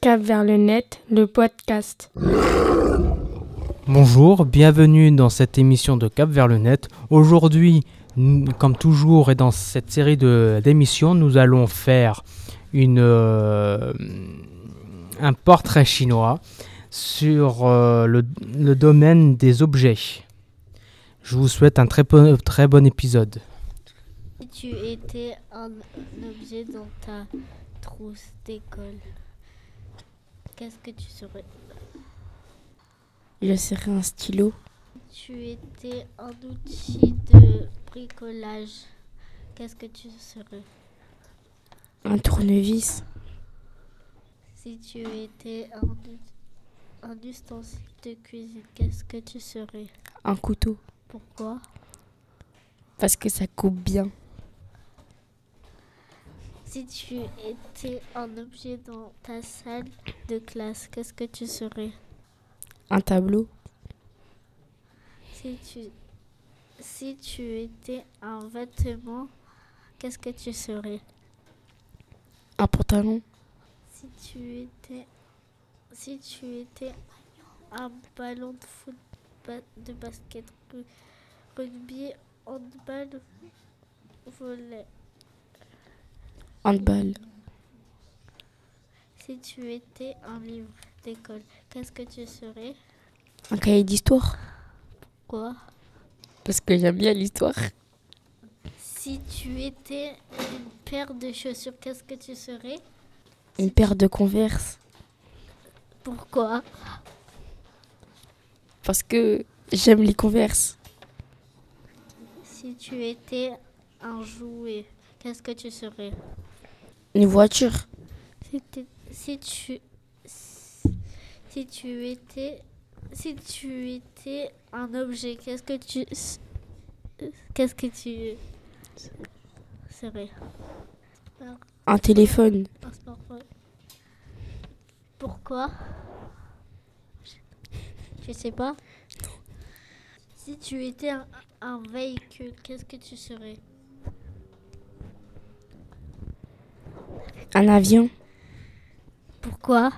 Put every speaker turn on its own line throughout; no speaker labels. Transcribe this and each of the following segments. Cap vers le net, le podcast.
Bonjour, bienvenue dans cette émission de Cap vers le net. Aujourd'hui, n- comme toujours et dans cette série de- d'émissions, nous allons faire une, euh, un portrait chinois sur euh, le, le domaine des objets. Je vous souhaite un très, bon- très bon épisode.
Si tu étais un objet dans ta trousse d'école, qu'est-ce que tu serais
Je serai un stylo.
Tu étais un outil de bricolage, qu'est-ce que tu serais
Un tournevis.
Si tu étais un, ut- un ustensile de cuisine, qu'est-ce que tu serais
Un couteau.
Pourquoi
Parce que ça coupe bien.
Si tu étais un objet dans ta salle de classe, qu'est-ce que tu serais
Un tableau.
Si tu, si tu étais un vêtement, qu'est-ce que tu serais
Un pantalon.
Si tu étais, si tu étais un ballon de foot, ba- de basket, ru- rugby, handball, volley.
Un balle.
Si tu étais un livre d'école, qu'est-ce que tu serais
Un cahier d'histoire.
Quoi
Parce que j'aime bien l'histoire.
Si tu étais une paire de chaussures, qu'est-ce que tu serais
Une paire de converse.
Pourquoi
Parce que j'aime les converses.
Si tu étais un jouet, qu'est-ce que tu serais
Une voiture.
Si, t'é- si tu si tu étais si tu étais un objet, qu'est-ce que tu s- qu'est-ce que tu serais
Un téléphone.
Un smartphone. Pourquoi Je sais pas. Si tu étais un, un véhicule, qu'est-ce que tu serais
Un avion.
Pourquoi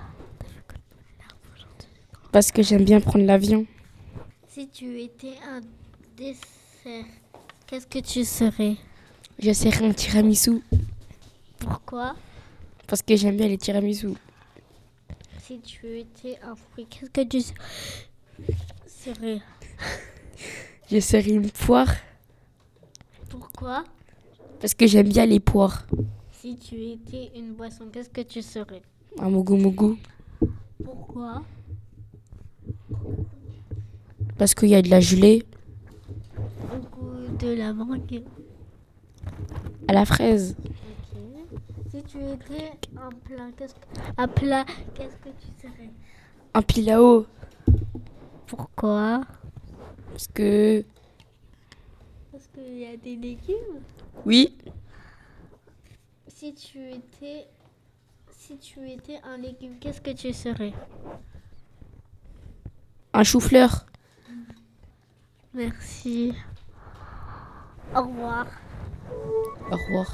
Parce que j'aime bien prendre l'avion.
Si tu étais un dessert, qu'est-ce que tu serais
Je serai un tiramisu.
Pourquoi
Parce que j'aime bien les tiramisu.
Si tu étais un fruit, qu'est-ce que tu se- serais
Je serai une poire.
Pourquoi
Parce que j'aime bien les poires.
Si tu étais une boisson, qu'est-ce que tu serais
Un mogu mogu.
Pourquoi
Parce qu'il y a de la gelée.
Au goût de la mangue.
À la fraise.
Si tu étais un plat, qu'est-ce que, un plat, qu'est-ce que tu serais
Un pilao.
Pourquoi
Parce que.
Parce qu'il y a des légumes.
Oui.
Si tu étais, si tu étais un légume, qu'est-ce que tu serais
Un chou-fleur.
Merci. Au revoir.
Au revoir.